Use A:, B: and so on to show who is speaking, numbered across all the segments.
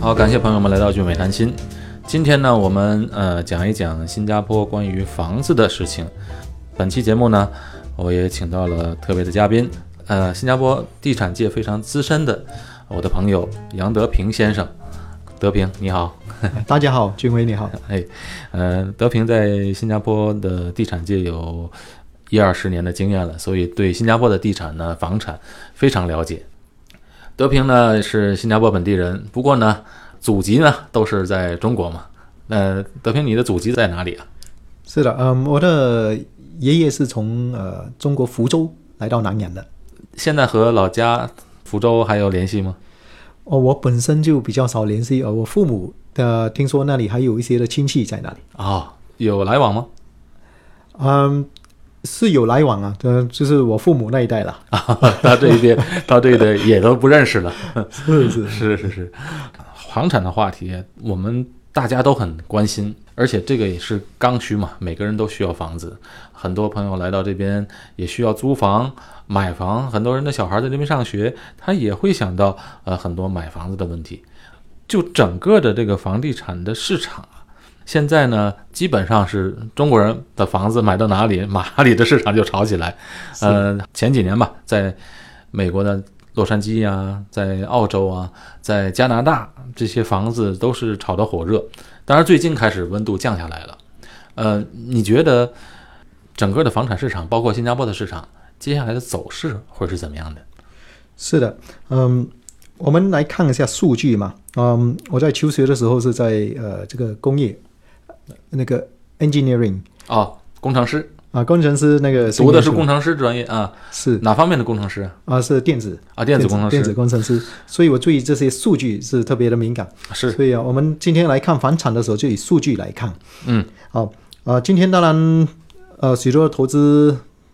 A: 好，感谢朋友们来到聚美谈心。今天呢，我们呃讲一讲新加坡关于房子的事情。本期节目呢，我也请到了特别的嘉宾，呃，新加坡地产界非常资深的我的朋友杨德平先生。德平，你好。
B: 大家好，君威你好。
A: 哎，呃，德平在新加坡的地产界有一二十年的经验了，所以对新加坡的地产呢、房产非常了解。德平呢是新加坡本地人，不过呢，祖籍呢都是在中国嘛。那德平，你的祖籍在哪里啊？
B: 是的，嗯，我的爷爷是从呃中国福州来到南洋的。
A: 现在和老家福州还有联系吗？
B: 哦，我本身就比较少联系，呃，我父母的听说那里还有一些的亲戚在那里。
A: 哦，有来往吗？
B: 嗯，是有来往啊，呃，就是我父母那一代了。
A: 啊，到这一边，到这的也都不认识了。
B: 是是
A: 是是是，房产的话题我们大家都很关心，而且这个也是刚需嘛，每个人都需要房子。很多朋友来到这边也需要租房、买房，很多人的小孩在这边上学，他也会想到呃很多买房子的问题。就整个的这个房地产的市场啊，现在呢基本上是中国人的房子买到哪里，哪里的市场就炒起来。呃，前几年吧，在美国的洛杉矶啊，在澳洲啊，在加拿大，这些房子都是炒得火热。当然，最近开始温度降下来了。呃，你觉得整个的房产市场，包括新加坡的市场，接下来的走势会是怎么样的？
B: 是的，嗯，我们来看一下数据嘛。嗯，我在求学的时候是在呃这个工业那个 engineering
A: 哦，工程师
B: 啊，工程师那个
A: 读的是
B: 工
A: 工程师专业啊，
B: 是
A: 哪方面的工程师啊
B: 啊是电子
A: 啊？电子工程
B: 电子
A: 师
B: 工程师，所以我对于这些数据是特别的敏感。
A: 是
B: 所以啊，我们今天来看房产的时候，就以数据来看。
A: 嗯，
B: 好、呃，今天当然，呃，许多投资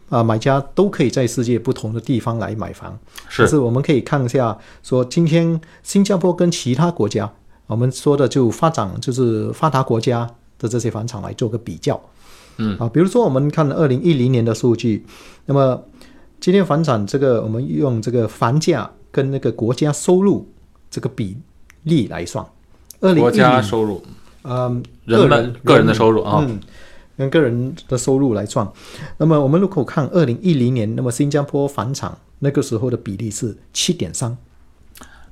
B: 啊、呃买家都可以在世界不同的地方来买房，
A: 是
B: 但是我们可以看一下，说今天新加坡跟其他国家，我们说的就发展就是发达国家的这些房产来做个比较。
A: 嗯
B: 啊，比如说我们看二零一零年的数据，那么今天房产这个我们用这个房价跟那个国家收入这个比例来算，二零
A: 国
B: 一
A: 家
B: 零
A: 收入，
B: 嗯，
A: 人
B: 个
A: 们
B: 人
A: 个人的收入啊，
B: 嗯，跟个人的收入来算。那么我们如果看二零一零年，那么新加坡房产那个时候的比例是七点三。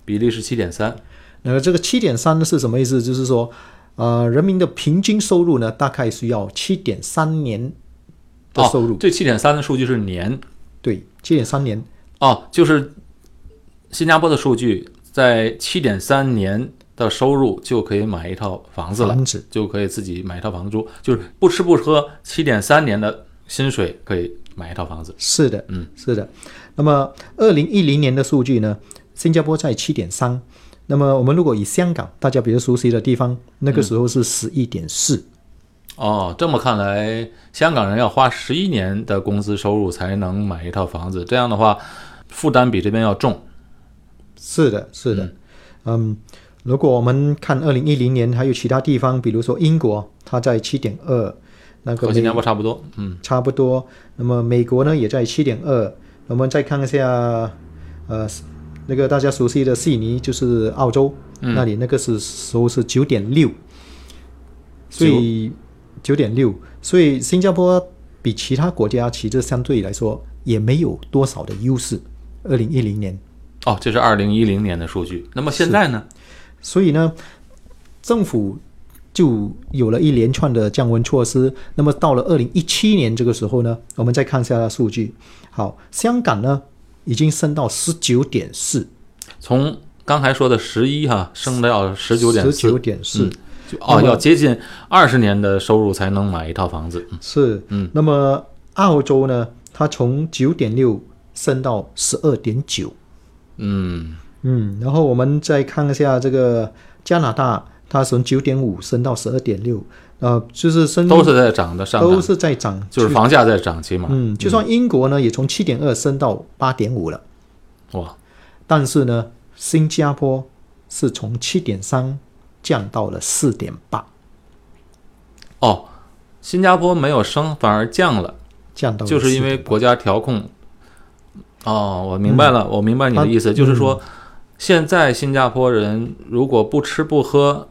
A: 比例是七点三，
B: 那么这个七点三是什么意思？就是说，呃，人民的平均收入呢，大概需要七点三年的收入。
A: 哦、这七点三的数据是年
B: 对，七点三年。
A: 哦，就是新加坡的数据，在七点三年的收入就可以买一套房子了，
B: 房子
A: 就可以自己买一套房子住，就是不吃不喝，七点三年的薪水可以买一套房子。
B: 是的，
A: 嗯，
B: 是的。那么二零一零年的数据呢，新加坡在七点三。那么我们如果以香港大家比较熟悉的地方，那个时候是十一点四。
A: 哦，这么看来，香港人要花十一年的工资收入才能买一套房子，这样的话，负担比这边要重。
B: 是的，是的，嗯，如果我们看二零一零年，还有其他地方，比如说英国，它在七点二，那个
A: 和新加坡差不多，嗯，
B: 差不多。那么美国呢，也在七点二。我们再看一下，呃，那个大家熟悉的悉尼，就是澳洲、那里，那个是时候是九点六，所以九点六，所以新加坡比其他国家其实相对来说也没有多少的优势。二零一零年。
A: 哦，这是二零一零年的数据。那么现在呢？
B: 所以呢，政府就有了一连串的降温措施。那么到了二零一七年这个时候呢，我们再看一下数据。好，香港呢已经升到十九点四，
A: 从刚才说的十一哈升到十九点
B: 十
A: 四
B: 九，点四嗯
A: 就哦
B: 那么
A: 要接近二十年的收入才能买一套房子。
B: 是。
A: 嗯，
B: 那么澳洲呢，它从九点六升到十二点九。
A: 嗯，
B: 嗯，然后我们再看一下这个加拿大，它从九点五升到十二点六，呃，就是升
A: 都是在涨的上
B: 都
A: 涨，
B: 是在涨，
A: 就是房价在涨，起码
B: 嗯，就算英国呢也从七点二升到八点五了，
A: 嗯哇，
B: 但是呢，新加坡是从七点三降到了四点八，
A: 哦，新加坡没有升反而降了，
B: 降到了
A: 就是因
B: 嗯
A: 为国家调控。哦，我明白了，我明白你的意思，就是说，现在新加坡人如果不吃不喝，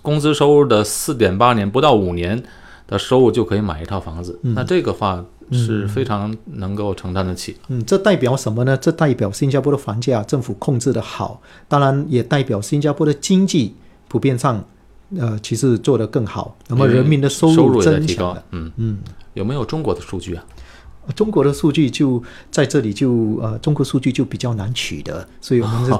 A: 工资收入的四点八年不到五年的收入就可以买一套房子，
B: 嗯
A: 那这个话是非常能够承担得起。
B: 嗯，这代表什么呢？这代表新加坡的房价政府控制的好，当然也代表新加坡的经济普遍上，呃，其实做得更好，那么
A: 因为
B: 人民的收
A: 收入也在
B: 增
A: 提
B: 强
A: 高
B: 了。。
A: 嗯，
B: 嗯，
A: 有没有中国的数据啊？
B: 中国的数据就在这里就呃，中国数据就比较难取得，所以 我们是、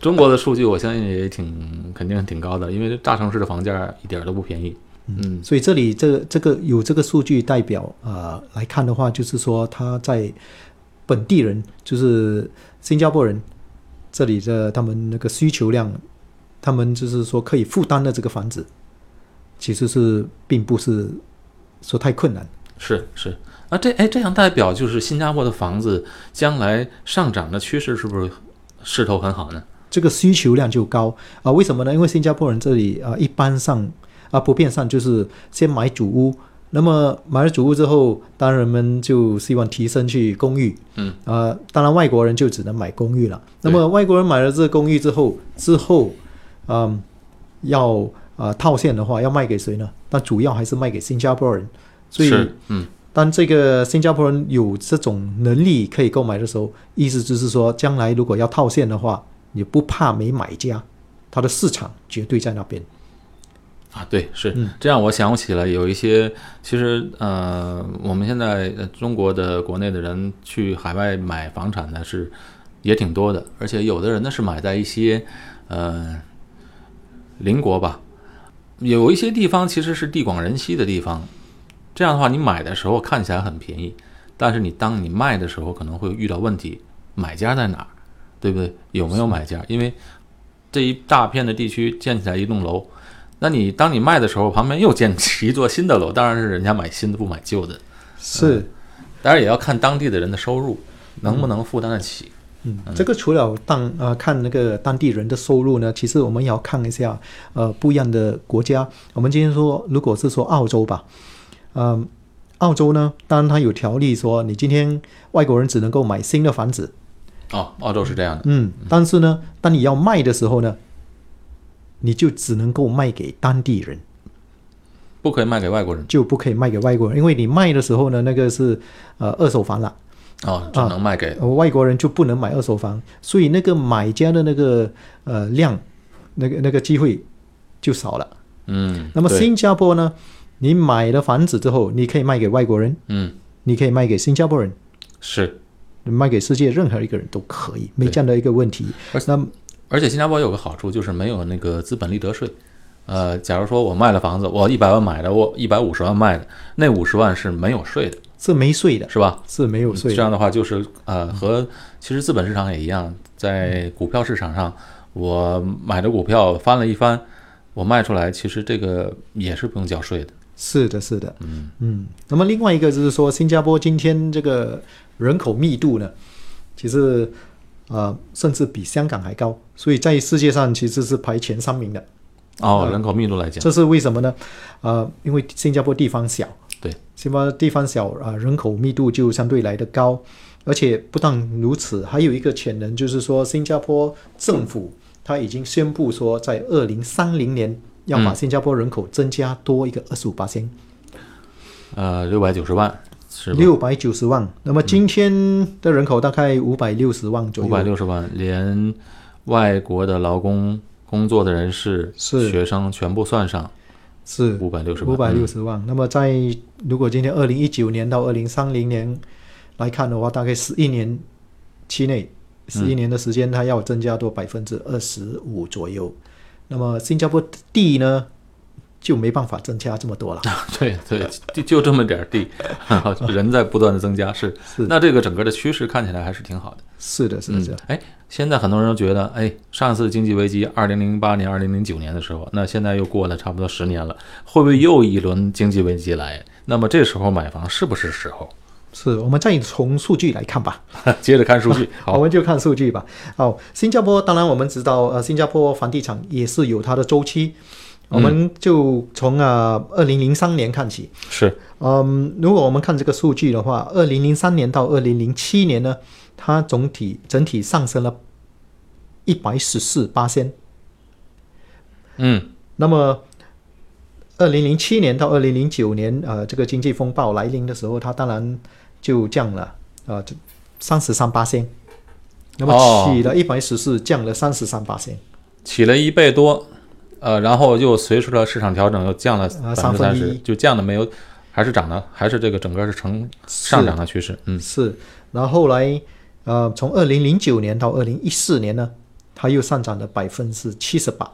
A: 中国的数据我相信也挺肯定挺高的，因为大城市的房价一点儿都不便宜。嗯，
B: 所以这里这这个有这个数据代表呃来看的话，就是说他在本地人，就是新加坡人这里的他们那个需求量，他们就是说可以负担的这个房子，其实是并不是说太困难。
A: 是是。那这哎，这样代表就是新加坡的房子将来上涨的趋势是不是势头很好呢？
B: 这个需求量就高啊、为什么呢？因为新加坡人这里啊、一般上啊、普遍上就是先买主屋，那么买了主屋之后，当然人们就希望提升去公寓，
A: 嗯，
B: 呃，当然外国人就只能买公寓了。那
A: 对
B: 么外国人买了这个公寓之后，之后，嗯、要呃套现的话，要卖给谁呢？但主要还是卖给新加坡人，所以
A: 是嗯，
B: 当这个新加坡人有这种能力可以购买的时候，意思就是说，将来如果要套现的话，你不怕没买家，它的市场绝对在那边。
A: 啊，对，是、
B: 嗯
A: 这样。我想起了有一些，其实呃，我们现在呃中国的国内的人去海外买房产呢是也挺多的，而且有的人呢是买在一些呃邻国吧，有一些地方其实是地广人稀的地方，这样的话你买的时候看起来很便宜，但是你当你卖的时候可能会遇到问题，买家在哪儿，对不对？有没有买家？因为这一大片的地区建起来一栋楼。那你当你卖的时候，旁边又建起一座新的楼，当然是人家买新的不买旧的，
B: 是，
A: 当然也要看当地的人的收入能不能负担得起。
B: 嗯，这个除了当呃看那个当地人的收入呢，其实我们也要看一下呃不一样的国家。我们今天说，如果是说澳洲吧，嗯、澳洲呢，当然它有条例说，你今天外国人只能够买新的房子，
A: 哦，澳洲是这样的，
B: 嗯，但是呢，当你要卖的时候呢，你就只能够卖给当地人，
A: 不可以卖给外国人
B: 就不可以卖给外国人，因为你卖的时候呢，那个是呃二手房了，
A: 哦，只能卖给
B: 呃外国人就不能买二手房，所以那个买家的那个呃量，那个那个机会就少了。
A: 嗯。
B: 那么
A: 对
B: 新加坡呢，你买了房子之后，你可以卖给外国人，
A: 嗯
B: 你可以卖给新加坡人，
A: 是，
B: 你卖给世界任何一个人都可以，没
A: 对
B: 这样的一个问题
A: 而。且
B: 那么
A: 而且新加坡有个好处就是没有那个资本利得税。呃，假如说我卖了房子，我一百万买的，我一百五十万卖的，那五十万是没有税的，
B: 是没税的，
A: 是吧？
B: 是没有
A: 嗯
B: 税
A: 这
B: 的。
A: 样的话，就是呃，
B: 嗯
A: 和其实资本市场也一样，在股票市场上，我买的股票翻了一番，我卖出来，其实这个也是不用交税的。
B: 是的，是的，
A: 嗯
B: 嗯。那么另外一个就是说，新加坡今天这个人口密度呢，其实呃，甚至比香港还高，所以在世界上其实是排前三名的。
A: 哦，人口密度来讲，
B: 这是为什么呢？呃，因为新加坡地方小，
A: 对，
B: 新加坡地方小啊、呃人口密度就相对来的高，而且不但如此，还有一个潜能就是说，新加坡政府它已经宣布说，在二零三零年要把
A: 嗯
B: 新加坡人口增加多一个二十五八千。
A: 呃，六百九十万是吧？
B: 六百九十万。那么今天的人口大概五百六十万左
A: 五
B: 右。
A: 百六十万，连外国的劳工、工作的人士、
B: 是
A: 学生全部算上，
B: 是
A: 五百六十万。
B: 五百
A: 嗯
B: 六十万。那么在如果今天二零一九年到二零三零年来看的话，大概十一年期内，十一年的时间，它要增加多百分之二十五左右。那么新加坡地呢，就没办法增加这么多了。
A: 对对，就就这么点儿地， 人在不断的增加，是
B: 是
A: 那这个整个的趋势看起来还是挺好的。
B: 是的，是的，是的
A: 嗯。哎，现在很多人都觉得，哎，上次经济危机二零零八年、二零零九年的时候，那现在又过了差不多十年了，会不会又一轮经济危机来？那么这时候买房是不是时候？
B: 是我们再从数据来看吧。
A: 接着看数据，
B: 我
A: 好，
B: 们就看数据吧。好，新加坡当然我们知道，呃，新加坡房地产也是有它的周期，我们就从啊二零零三年看起。
A: 是
B: 嗯，如果我们看这个数据的话，二零零三年到二零零七年呢，它总体整体上升了一百十四八仙。
A: 嗯
B: 那么，二零零七年到二零零九年，呃，这个经济风暴来临的时候，它当然就降了，呃，三十三八仙。那
A: 哦
B: 么起了一百十四，降了三十三八仙，
A: 起了一倍多，呃，然后又随着市场调整又降了百
B: 啊
A: 分
B: 三
A: 之
B: 分
A: 三
B: 之
A: 十
B: 一，
A: 就降的没有，还是涨的，还是这个整个是呈上涨的趋势。嗯，
B: 是。然后后来，呃，从二零零九年到二零一四年呢，它又上涨了百分之七十八。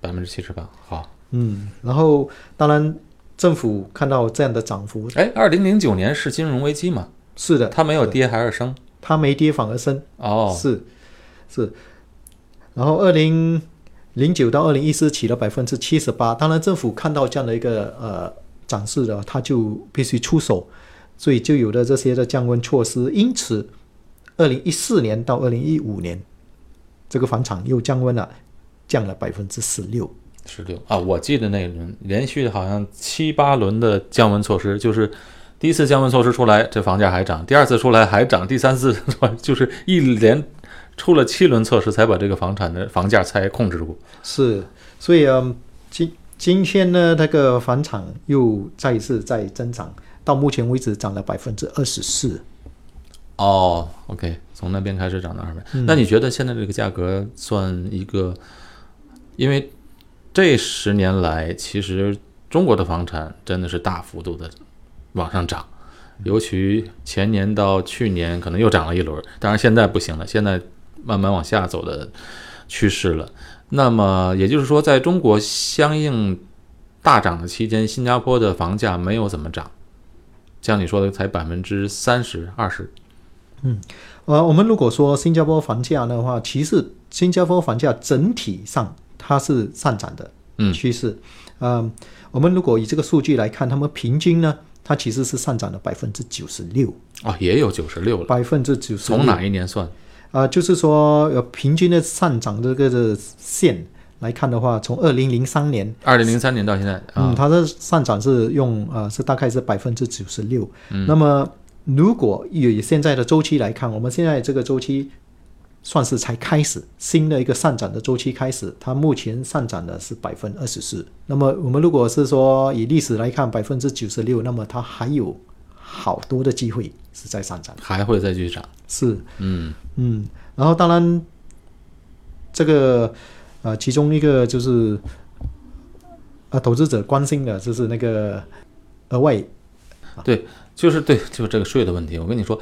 A: 百分之七十八。好，
B: 嗯，然后当然政府看到这样的涨幅，
A: 哎，二零零九年是金融危机嘛？
B: 是的，
A: 它没有跌还是升？
B: 它没跌反而升，
A: 哦，
B: 是是。然后二零零九到二零一四起了百分之七十八，当然政府看到这样的一个呃涨势的，它就必须出手，所以就有了这些的降温措施。因此，二零一四年到二零一五年，这个房产又降温了，降了百分之十六。
A: 十六啊！我记得那一轮连续好像七八轮的降温措施，就是第一次降温措施出来，这房价还涨；第二次出来还涨；第三次出来就是一连出了七轮措施，才把这个房产的房价才控制住。
B: 是，所以嗯，今今天呢，那个房产又再一次在增长，到目前为止涨了百分之二十四。
A: 哦，OK，从那边开始涨到二百、那你觉得现在这个价格算一个？因为这十年来，其实中国的房产真的是大幅度的往上涨，尤其前年到去年可能又涨了一轮，当然现在不行了，现在慢慢往下走的趋势了。那么也就是说，在中国相应大涨的期间，新加坡的房价没有怎么涨，像你说的才百分之三十、二十
B: 呃，我们如果说新加坡房价的话，其实新加坡房价整体上它是上涨的
A: 嗯
B: 趋势。嗯、我们如果以这个数据来看，他们平均呢，它其实是上涨了百分之九十六，
A: 哦，也有九十六了。
B: 百分之九十
A: 从哪一年算？
B: 啊，就是说呃，平均的上涨这个的线来看的话，从二零零三年
A: 二零零三年到现在
B: 嗯，
A: 啊，
B: 它的上涨是用呃是大概是百分之九十六。那么如果以现在的周期来看，我们现在这个周期算是才开始，新的一个上涨的周期开始，它目前上涨的是百分二十四。那么我们如果是说以历史来看百分之九十六，那么它还有好多的机会是在上涨。
A: 还会再继续涨。
B: 是，
A: 嗯
B: 嗯，然后当然，这个呃，其中一个就是呃，投资者关心的就是那个额外，
A: 就是对，就是这个税的问题。我跟你说，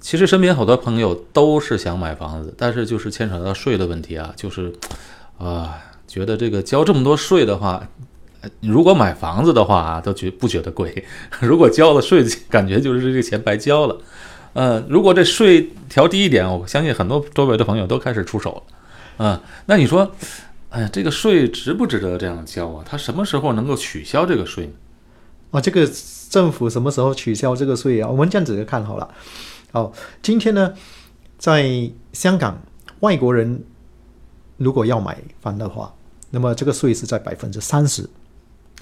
A: 其实身边好多朋友都是想买房子，但是就是牵扯到税的问题啊，就是啊、觉得这个交这么多税的话，呃如果买房子的话啊，都觉不觉得贵； 如果交了税，感觉就是这个钱白交了。呃，如果这税调低一点，我相信很多周围的朋友都开始出手了。嗯、那你说，哎呀，这个税值不值得这样交啊？它什么时候能够取消这个税呢？
B: 哦，这个政府什么时候取消这个税啊？我们这样子看好了。好，今天呢，在香港，外国人如果要买房的话，那么这个税是在百分之三十，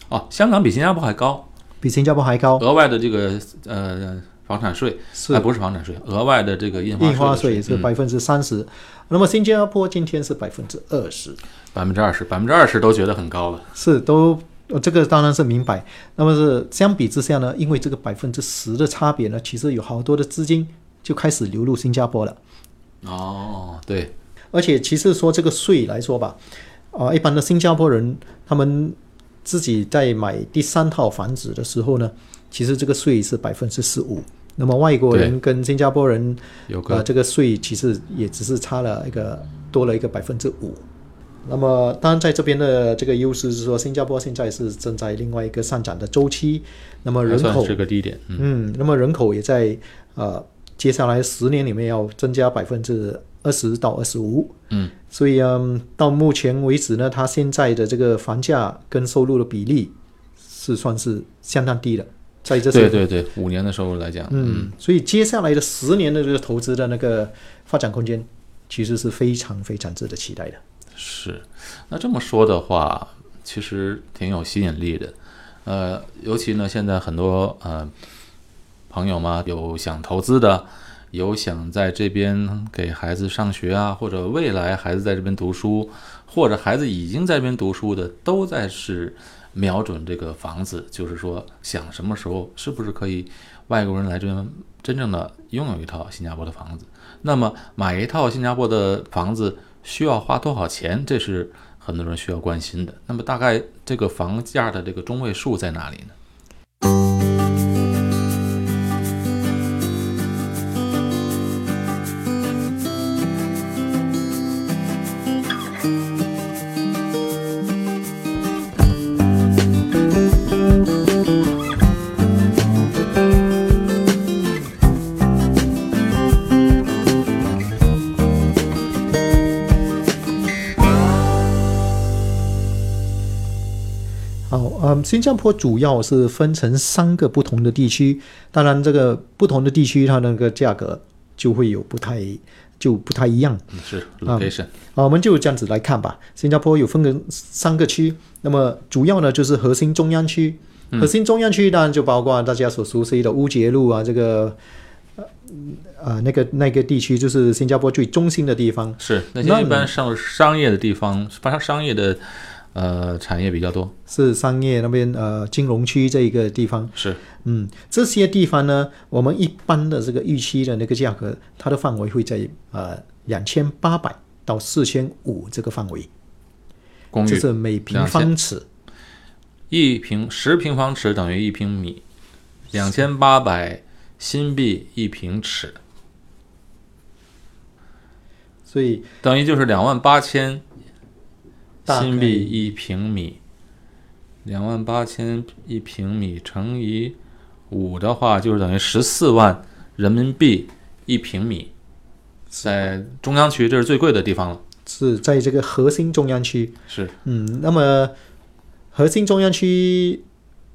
A: 哦，香港比新加坡还高。
B: 比新加坡还高。
A: 额外的这个呃房产税，
B: 是
A: 哎、不是房产税，额外的这个印
B: 印花
A: 花
B: 税嗯
A: 税嗯
B: 是百分之三十，那么新加坡今天是百分之二十。
A: 百分之二十，百分之二十都觉得很高了。
B: 是都，呃这个当然是明白。那么是相比之下呢，因为这个百分之十的差别呢，其实有好多的资金就开始流入新加坡了。
A: 哦，对，
B: 而且其实说这个税来说吧，啊、一般的新加坡人他们自己在买第三套房子的时候呢，其实这个税是百分之十五。那么外国人跟新加坡人，
A: 有个、
B: 呃，这个税其实也只是差了一个多了一个百分之五。那么，当然在这边的这个优势是说，新加坡现在是正在另外一个上涨的周期，那么
A: 还
B: 人
A: 算
B: 口，
A: 是个低点，嗯，
B: 嗯，那么人口也在呃接下来十年里面要增加百分之二十到二十五，
A: 嗯，
B: 所以嗯，到目前为止呢，它现在的这个房价跟收入的比例是算是相当低的，在这些
A: 对对对，五年的收入来讲，
B: 嗯，所以接下来的十年的这个投资的那个发展空间，其实是非常非常值得期待的。
A: 是，那这么说的话，其实挺有吸引力的。呃，尤其呢，现在很多呃朋友嘛，有想投资的，有想在这边给孩子上学啊，或者未来孩子在这边读书，或者孩子已经在这边读书的，都在是瞄准这个房子，就是说想什么时候是不是可以外国人来这边真正的拥有一套新加坡的房子。那么买一套新加坡的房子需要花多少钱？这是很多人需要关心的。那么大概这个房价的这个中位数在哪里呢？
B: 好，嗯，新加坡主要是分成三个不同的地区，当然这个不同的地区它那个价格就会有不太就不太一样。
A: 嗯是 location，、
B: 啊，我们就这样子来看吧。新加坡有分成三个区，那么主要呢就是核心中央区。核心中央区当然就包括大家所熟悉的乌节路啊，这个呃呃那个那个地区就是新加坡最中心的地方。
A: 是那
B: 那
A: 些一般上商业的地方，商商业的呃产业比较多。
B: 是商业那边呃金融区这一个地方，
A: 是
B: 嗯，这些地方呢，我们一般的这个预期的那个价格，它的范围会在呃两千八百到四千五这个范围，
A: 公
B: 就
A: 寓
B: 是每平方尺
A: 一平十平方尺等于一平米，两千八百新币一平尺，
B: 所以
A: 等于就是两万八千
B: 大概
A: 新币一平米。两万八千一平米乘以五的话，就是等于十四万人民币一平米。在中央区，这是最贵的地方了。
B: 是在这个核心中央区，
A: 是
B: 嗯，那么核心中央区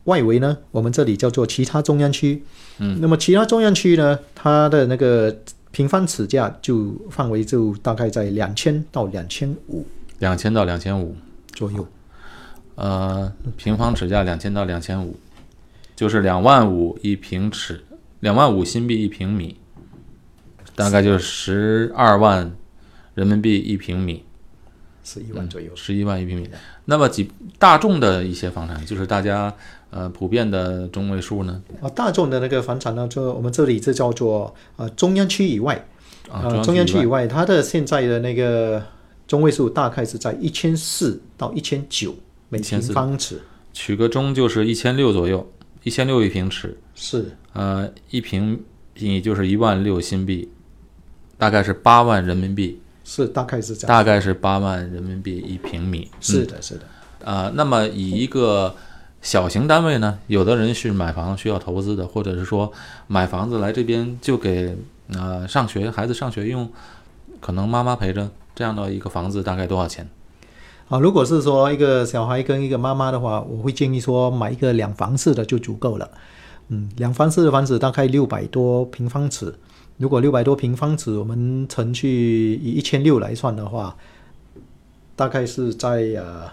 B: 外围呢，我们这里叫做其他中央区。
A: 嗯，
B: 那么其他中央区呢，它的那个平方尺价就范围就大概在两千到两千五
A: 两千到两千五，
B: 左右。
A: 呃，平方尺价两千到两千五，就是两万五一平尺，两万五新币一平米，大概就是十二万人民币一平米，
B: 十一万左右，
A: 十一万一平米。那么几大众的一些房产，就是大家呃普遍的中位数呢？
B: 啊，大众的那个房产呢，就我们这里这叫做呃中央区以外，
A: 啊，
B: 呃中央区以外，它的现在的那个中位数大概是在一千四到一千九每平
A: 1400
B: 方尺，
A: 取个中就是一千六左右，一千六一平尺，
B: 是
A: 呃，一平米就是一万六新币，大概是八万人民币。
B: 是大概是这样，
A: 大概是八万人民币一平米。
B: 是的，是的，
A: 呃，那么以一个小型单位呢，有的人是买房需要投资的，或者是说买房子来这边就给呃上学孩子上学用，可能妈妈陪着，这样的一个房子大概多少钱？
B: 啊，如果是说一个小孩跟一个妈妈的话，我会建议说买一个两房式的就足够了。嗯，两房式的房子大概六百多平方尺，如果六百多平方尺，我们乘去以一千六来算的话，大概是在呃，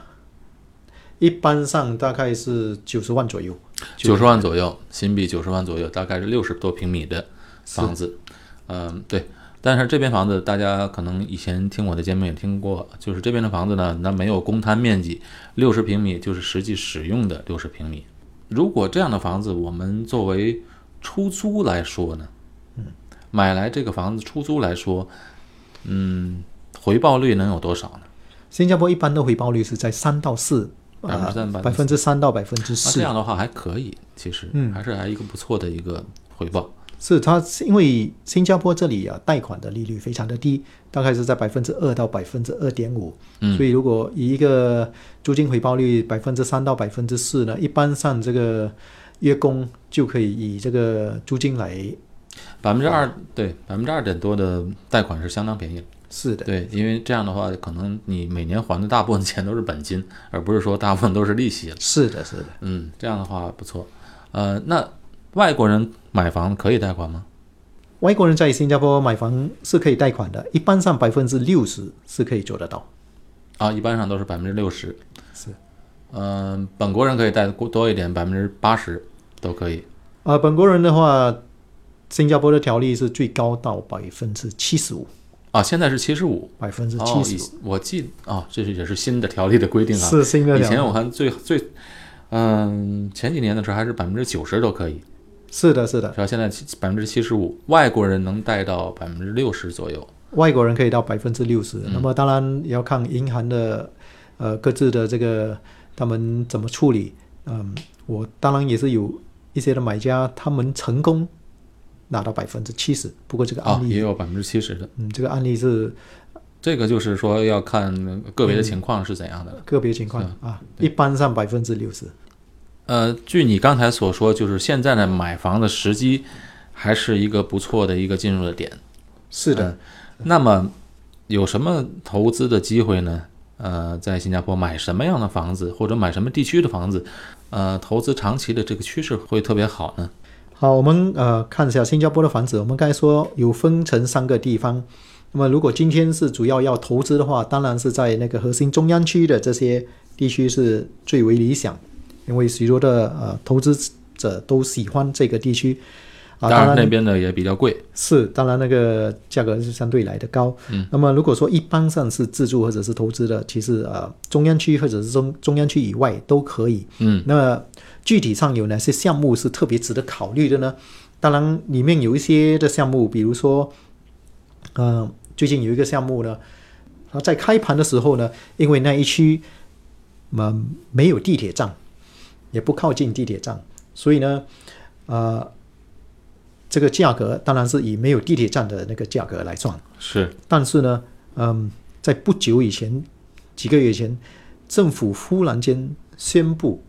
B: 一般上大概是九十万左右。
A: 九十万左右，新币九十万左右，大概是六十多平米的房子。嗯，对。但是这边房子，大家可能以前听我的节目也听过，就是这边的房子呢，那没有公摊面积，六十平米就是实际使用的六十平米。如果这样的房子，我们作为出租来说呢，嗯，买来这个房子出租来说，嗯，回报率能有多少呢？
B: 新加坡一般的回报率是在三到四、呃，
A: 3%
B: 百分之三到百分之
A: 那
B: 四
A: 这。样的话还可以，其实，
B: 嗯
A: 还是还一个不错的一个回报。
B: 是它是因为新加坡这里啊，贷款的利率非常的低，大概是在百分之二到百分之二点五。
A: 嗯
B: 所以如果以一个租金回报率百分之三到百分之四呢，一般上这个月供就可以以这个租金来
A: 百分之二，对，百分之二点多的贷款是相当便宜的。
B: 是的，
A: 对，因为这样的话，可能你每年还的大部分钱都是本金，而不是说大部分都是利息了。
B: 是的，是的。
A: 嗯，这样的话不错。呃，那外国人买房可以贷款吗？
B: 外国人在新加坡买房是可以贷款的，一般上百分之六十是可以做得到。
A: 啊，一般上都是百分之六十。
B: 是。
A: 嗯、本国人可以贷多一点，百分之八十都可以。
B: 啊、本国人的话，新加坡的条例是最高到百分之七十五，
A: 啊，现在是七十五，
B: 百分之
A: 哦
B: 七，十
A: 以我记啊，这是也是新的条例的规定啊。
B: 是新的
A: 以
B: 条
A: 前
B: 例。
A: 我看最最，嗯，前几年的时候还是百分之九十都可以，
B: 是的，是的，
A: 然后现在百分之七十五，外国人能贷到百分之六十左右。
B: 外国人可以到百分之六十。那么当然也要看银行的呃各自的这个他们怎么处理。嗯，我当然也是有一些的买家他们成功拿到百分之七十，不过这个
A: 啊
B: 案，例，
A: 也有百分之七十的，
B: 嗯，这个案例是
A: 这个就是说要看个
B: 嗯
A: 别的情况是怎样的。
B: 个别情况啊，一般上百分之六十。
A: 呃，据你刚才所说，就是现在的买房的时机还是一个不错的一个进入的点。
B: 是的，
A: 那么有什么投资的机会呢？呃，在新加坡买什么样的房子，或者买什么地区的房子，呃，投资长期的这个趋势会特别好呢？
B: 好，我们呃看一下新加坡的房子。我们刚才说有分成三个地方，那么如果今天是主要要投资的话，当然是在那个核心中央区的这些地区是最为理想，因为许多的呃投资者都喜欢这个地区。
A: 当
B: 啊，当然
A: 那边呢也比较贵。
B: 是，当然那个价格是相对来的高。嗯，那么如果说一般上是自住或者是投资的，其实呃中央区或者是中中央区以外都可以。
A: 嗯，
B: 那具体上有哪些项目是特别值得考虑的呢？当然，里面有一些的项目，比如说，呃，最近有一个项目呢，它在开盘的时候呢，因为那一区，嗯，没有地铁站，也不靠近地铁站，所以呢，呃，这个价格当然是以没有地铁站的那个价格来算。
A: 是，
B: 但是呢，嗯，在不久以前，几个月前，政府忽然间宣布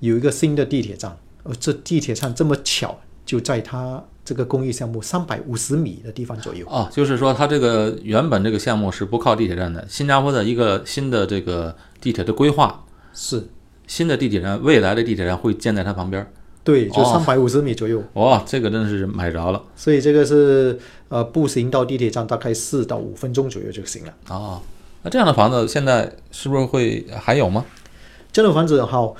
B: 有一个新的地铁站，而这地铁站这么巧就在它这个公益项目三百五十米的地方左右。
A: 哦，就是说它这个原本这个项目是不靠地铁站的，新加坡的一个新的这个地铁的规划，
B: 是，
A: 新的地铁站，未来的地铁站会建在它旁边儿。
B: 对，就
A: 哦
B: 三百五十米左右。
A: 哇、这个真是买着了
B: 所以这个是呃，步行到地铁站大概四到五分钟左右就行了。
A: 哦！那这样的房子现在是不是会还有吗？
B: 这种房子好，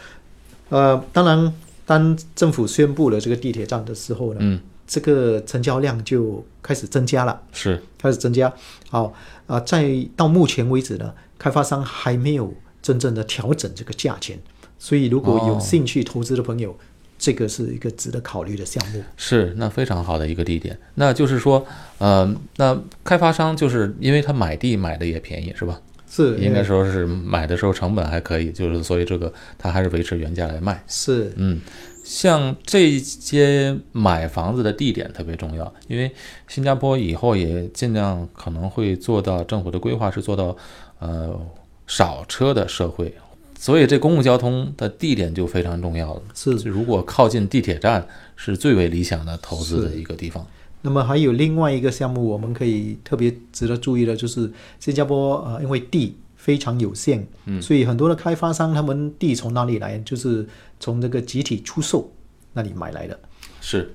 B: 呃，当然，当政府宣布了这个地铁站的时候呢，
A: 嗯，
B: 这个成交量就开始增加了。
A: 是，
B: 开始增加。好啊、在到目前为止呢，开发商还没有真正的调整这个价钱，所以如果有
A: 哦
B: 兴趣投资的朋友，这个是一个值得考虑的项目。
A: 是，那非常好的一个地点。那就是说，呃，那开发商就是因为他买地买的也便宜，是吧？
B: 是，
A: 应该说是买的时候成本还可以，就是所以这个他还是维持原价来卖。
B: 是
A: 嗯，像这些买房子的地点特别重要，因为新加坡以后也尽量可能会做到政府的规划是做到，呃，少车的社会，所以这公共交通的地点就非常重要了。
B: 是。
A: 如果靠近地铁站是最为理想的投资的一个地方。
B: 那么还有另外一个项目，我们可以特别值得注意的，就是新加坡呃，因为地非常有限，嗯，所以很多的开发商他们地从哪里来，就是从这个集体出售那里买来的。
A: 是，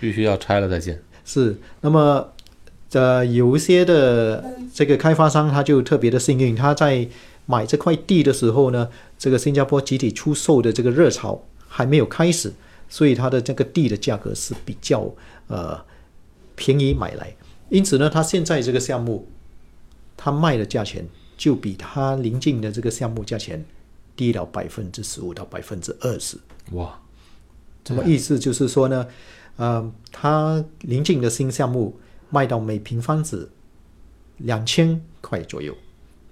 A: 必须要拆了再建。
B: 是，那么呃，有一些的这个开发商他就特别的幸运，他在买这块地的时候呢，这个新加坡集体出售的这个热潮还没有开始，所以他的这个地的价格是比较呃便宜买来，因此呢，他现在这个项目他卖的价钱就比他临近的这个项目价钱低了百分之十五到百分之二十。
A: 哇，
B: 什么意思？就是说呢，呃，它临近的新项目卖到每平方尺两千块左右，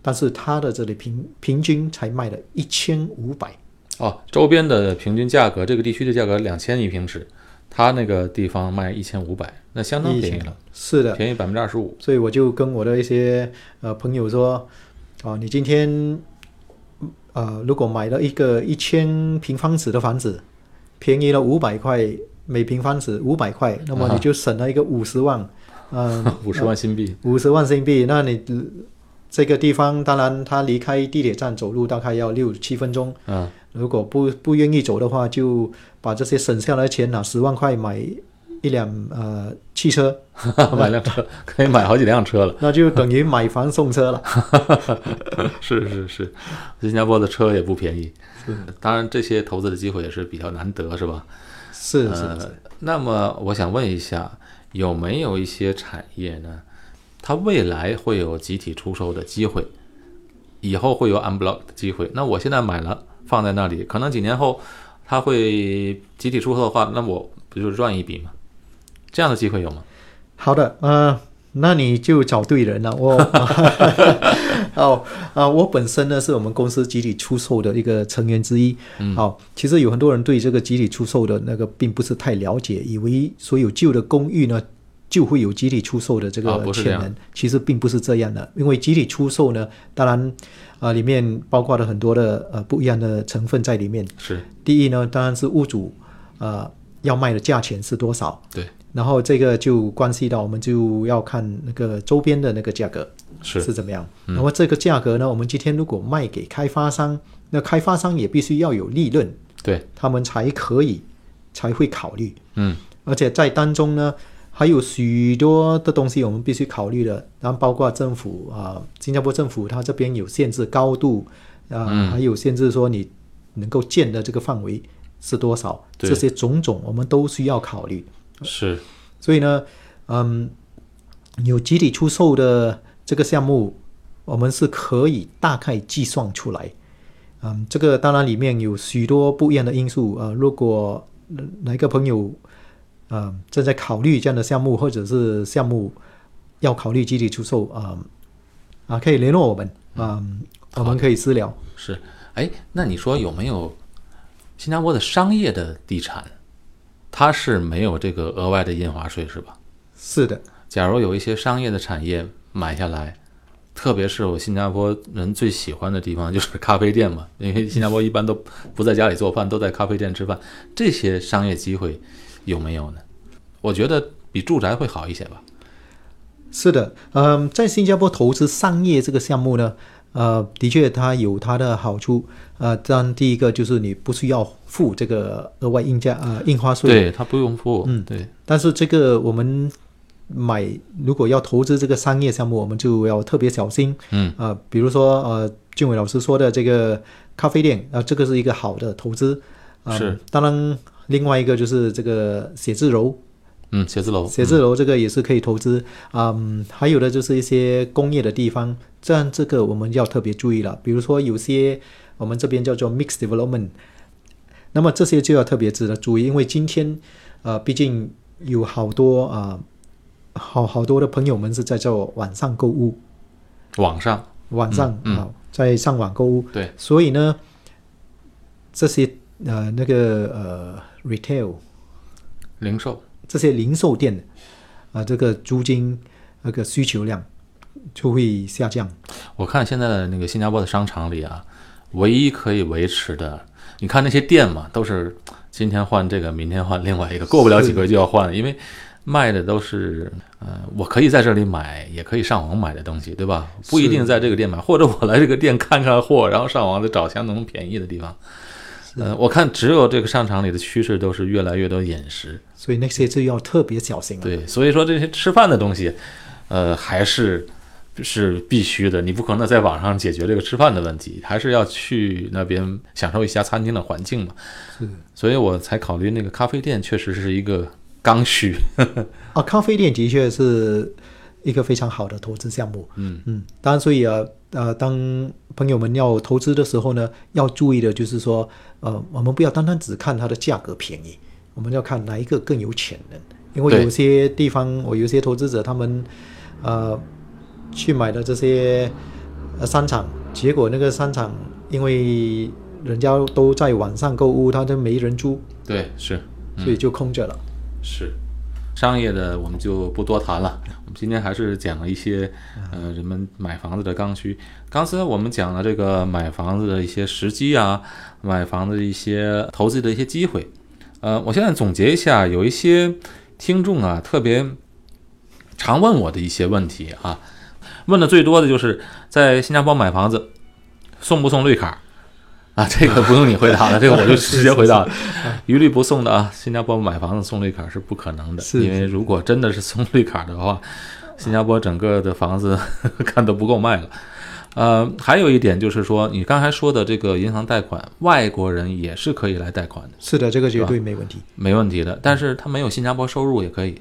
B: 但是它的这里平平均才卖了一千五百，
A: 哦，周边的平均价格，这个地区的价格两千一平尺，他那个地方卖一千五百，那相当便宜了，
B: 是的，
A: 便宜百分之二十五。
B: 所以我就跟我的一些呃朋友说，啊、你今天呃如果买了一个一千平方尺的房子，便宜了五百块每平方尺五百块，那么你就省了一个五十万，嗯、
A: 五十万新币，
B: 五十万新币，那你呃这个地方，当然他离开地铁站走路大概要六七分钟。
A: 嗯，
B: 如果不不愿意走的话，就把这些省下来的钱拿十万块买一辆呃汽车，
A: 买辆车可以买好几辆车了。
B: 那就等于买房送车了。
A: 是是是，新加坡的车也不便宜。当然，这些投资的机会也是比较难得，是吧？
B: 是是
A: 呃
B: 是，
A: 那么我想问一下，有没有一些产业呢，它未来会有集体出售的机会，以后会有 unblock 的机会？那我现在买了放在那里，可能几年后它会集体出售的话，那我不就赚一笔吗？这样的机会有吗？
B: 好的，呃，那你就找对人了。我， 哦，啊、我本身呢是我们公司集体出售的一个成员之一。嗯，好、其实有很多人对这个集体出售的那个并不是太了解，以为所有旧的公寓呢就会有集体出售的这
A: 哦
B: 个
A: 不是这
B: 潜
A: 样
B: 能，其实并不是这样的。因为集体出售呢，当然，啊、里面包括了很多的呃不一样的成分在里面。
A: 是
B: 第一呢，当然是屋主，呃，要卖的价钱是多少。
A: 对，
B: 然后这个就关系到我们就要看那个周边的那个价格
A: 是嗯
B: 怎么样。那么这个价格呢，我们今天如果卖给开发商，那开发商也必须要有利润，
A: 对，
B: 他们才可以才会考虑。
A: 嗯，
B: 而且在当中呢，还有许多的东西我们必须考虑的，然后包括政府啊、新加坡政府它这边有限制高度，啊、
A: 嗯
B: 还有限制说你能够建的这个范围是多少，
A: 对
B: 这些种种我们都需要考虑。
A: 是
B: 所以呢，嗯，有集体出售的这个项目，我们是可以大概计算出来。嗯，这个当然里面有许多不一样的因素啊、呃如果呃哪一个朋友，呃，正在考虑这样的项目，或者是项目要考虑集体出售，啊、啊，可以联络我们，嗯，我们可以私聊。
A: 是。哎，那你说有没有新加坡的商业的地产，它是没有这个额外的印花税是吧？
B: 是的，
A: 假如有一些商业的产业买下来，特别是我新加坡人最喜欢的地方就是咖啡店嘛，因为新加坡一般都不在家里做饭，都在咖啡店吃饭。这些商业机会有没有呢？我觉得比住宅会好一些吧。
B: 是的，嗯，在新加坡投资商业这个项目呢，呃，的确它有它的好处，呃，当然第一个就是你不需要付这个额外印价呃印花税，
A: 对，它不用付。嗯，对，
B: 但是这个我们买如果要投资这个商业项目，我们就要特别小心。
A: 嗯，
B: 呃，比如说呃，俊伟老师说的这个咖啡店，啊、这个是一个好的投资。呃、
A: 是，
B: 当然另外一个就是这个写字楼，
A: 嗯，写字楼，
B: 写字楼这个也是可以投资，嗯，还有的就是一些工业的地方，这样这个我们要特别注意了。比如说有些我们这边叫做 mixed development，那么这些就要特别值得注意，因为今天呃，毕竟有好多啊、呃好好多的朋友们是在做网上购物，
A: 嗯网上，
B: 晚上啊、
A: 嗯嗯
B: 在上网购物，
A: 对，
B: 所以呢，这些呃那个呃 retail
A: 零售，
B: 这些零售店啊、这个租金那个需求量就会下降。
A: 我看现在的那个新加坡的商场里啊，唯一可以维持的，你看那些店嘛，都是今天换这个，明天换另外一个，过不了几个月就要换，因为卖的都是，呃，我可以在这里买，也可以上网买的东西，对吧？不一定在这个店买，或者我来这个店看看货，然后上网再找相同便宜的地方。呃，我看只有这个商场里的趋势都是越来越多饮食，
B: 所以那些就要特别小心了。
A: 对，所以说这些吃饭的东西，呃，还是是必须的，你不可能在网上解决这个吃饭的问题，还是要去那边享受一下餐厅的环境嘛。
B: 是
A: 所以我才考虑那个咖啡店确实是一个刚需。
B: 啊，咖啡店的确是一个非常好的投资项目。嗯嗯，当然，所以呃呃，当朋友们要投资的时候呢，要注意的就是说，呃，我们不要单单只看它的价格便宜，我们要看哪一个更有潜能。因为
A: 对
B: 有些地方，我有些投资者他们呃去买的这些呃商场，结果那个商场因为人家都在网上购物，他就没人租，
A: 对，是
B: 所
A: 嗯
B: 以就空着了。
A: 是。商业的我们就不多谈了，我们今天还是讲了一些，呃，人们买房子的刚需。刚才我们讲了这个买房子的一些时机啊，买房子的一些投资的一些机会。呃，我现在总结一下，有一些听众啊，特别常问我的一些问题啊，问的最多的就是在新加坡买房子送不送绿卡啊？这个不用你回答了，这个我就直接回答了， 一律不送的啊。新加坡买房子送绿卡是不可能的，
B: 是
A: 因为如果真 的是送绿卡的话，新加坡整个的房子看都不够卖了。呃，还有一点就是说，你刚才说的这个银行贷款，外国人也是可以来贷款的，
B: 是的，这个绝
A: 是吧
B: 对没问题。
A: 没问题的。但是他没有新加坡收入也可以。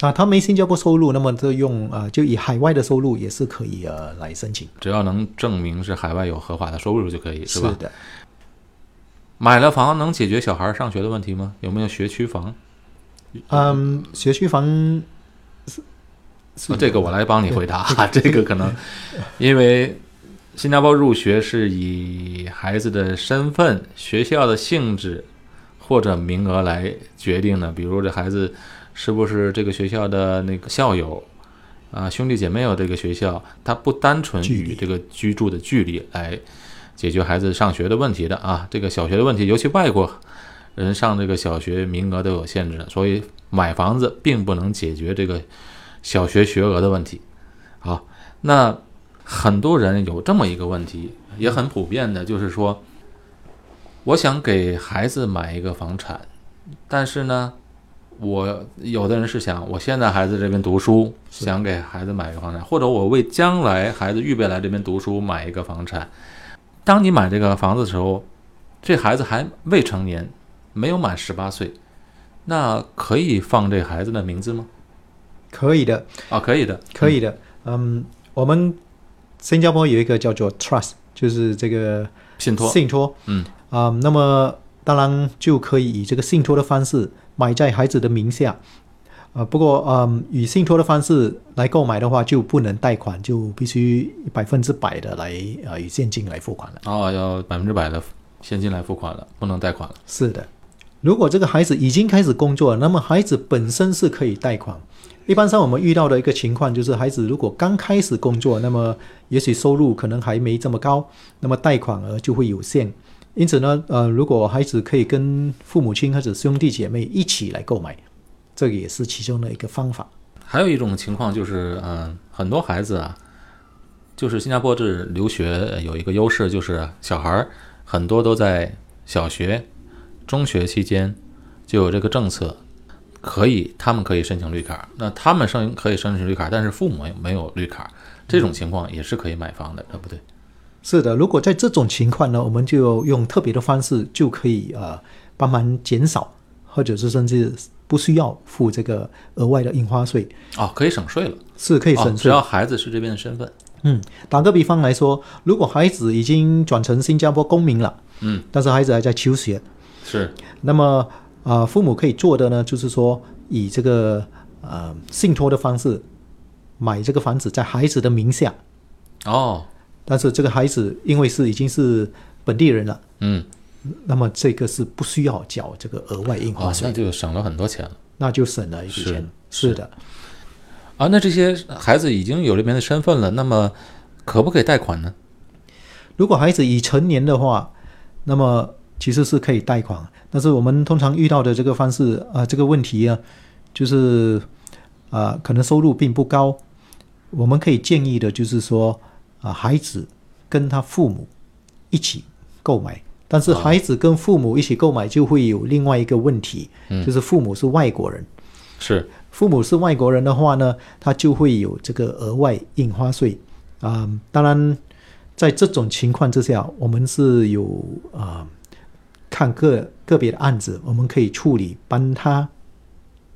B: 啊，他没新加坡收入，那么就用啊、就以海外的收入也是可以呃来申请。
A: 只要能证明是海外有合法的收入就可以，是吧？
B: 的，
A: 买了房能解决小孩上学的问题吗？有没有学区房？
B: 嗯，学区房是是
A: 呃这个我来帮你回答 哈，这个可能因为新加坡入学是以孩子的身份、学校的性质或者名额来决定的，比如这孩子是不是这个学校的那个校友。啊，兄弟姐妹有这个学校，它不单纯
B: 距离
A: 与这个居住的距离来解决孩子上学的问题的啊，这个小学的问题，尤其外国人上这个小学名额都有限制的，所以买房子并不能解决这个小学学额的问题。好，那很多人有这么一个问题，也很普遍的，就是说，我想给孩子买一个房产，但是呢，我有的人是想，我现在孩子这边读书，想给孩子买一个房产，或者我为将来孩子预备来这边读书买一个房产。当你买这个房子的时候，这孩子还未成年，没有满十八岁，那可以放这孩子的名字吗？
B: 可以的，
A: 啊，可以的，
B: 可以的。嗯，我们新加坡有一个叫做 trust，就是这个
A: 信托。
B: 信托。
A: 嗯
B: 啊、那么当然就可以以这个信托的方式买在孩子的名下。呃，不过，嗯，以信托的方式来购买的话，就不能贷款，就必须百分之百的来呃以现金来付款了。
A: 哦，要百分之百的现金来付款了，不能贷款了。
B: 是的，如果这个孩子已经开始工作了，那么孩子本身是可以贷款。一般上我们遇到的一个情况就是，孩子如果刚开始工作，那么也许收入可能还没这么高，那么贷款额就会有限。因此呢，呃，如果孩子可以跟父母亲或者兄弟姐妹一起来购买，这个也是其中的一个方法。
A: 还有一种情况就是，嗯、很多孩子啊，就是新加坡这留学呃有一个优势，就是小孩儿很多都在小学、中学期间就有这个政策，可以他们可以申请绿卡。那他们申可以申请绿卡，但是父母没有绿卡，这种情况也是可以买房的，对不对？
B: 是的，如果在这种情况呢，我们就用特别的方式就可以呃帮忙减少，或者是甚至不需要付这个额外的印花税，
A: 哦，可以省税了，
B: 是可以省
A: 哦只
B: 税。
A: 要孩子是这边的身份。
B: 嗯，打个比方来说，如果孩子已经转成新加坡公民了，
A: 嗯，
B: 但是孩子还在求学，
A: 是
B: 那么呃父母可以做的呢，就是说以这个呃信托的方式买这个房子在孩子的名下，
A: 哦，
B: 但是这个孩子因为是已经是本地人了。
A: 嗯，
B: 那么这个是不需要缴这个额外印花
A: 哦，
B: 税，
A: 那就省了很多钱了。
B: 那就省了一笔钱。
A: 是
B: 是的，
A: 啊，那这些孩子已经有这边的身份了，那么可不可以贷款呢？
B: 如果孩子已成年的话，那么其实是可以贷款。但是我们通常遇到的这个方式啊、呃这个问题啊，就是啊、呃可能收入并不高。我们可以建议的就是说啊、孩子跟他父母一起购买。但是
A: 啊
B: 孩子跟父母一起购买，就会有另外一个问题，
A: 嗯
B: 就是父母是外国人，
A: 是
B: 父母是外国人的话呢，他就会有这个额外印花税啊、当然，在这种情况之下，我们是有啊、看个个别的案子，我们可以处理帮他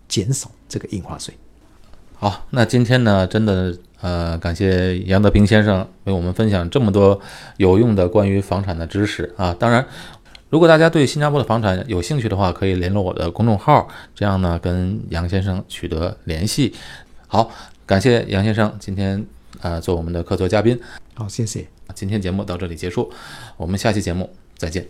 B: 减少这个印花税。
A: 好，那今天呢，真的呃，感谢杨德平先生为我们分享这么多有用的关于房产的知识啊。当然，如果大家对新加坡的房产有兴趣的话，可以联络我的公众号，这样呢跟杨先生取得联系。好，感谢杨先生今天呃做我们的客座嘉宾。
B: 好，谢谢。
A: 今天节目到这里结束，我们下期节目再见。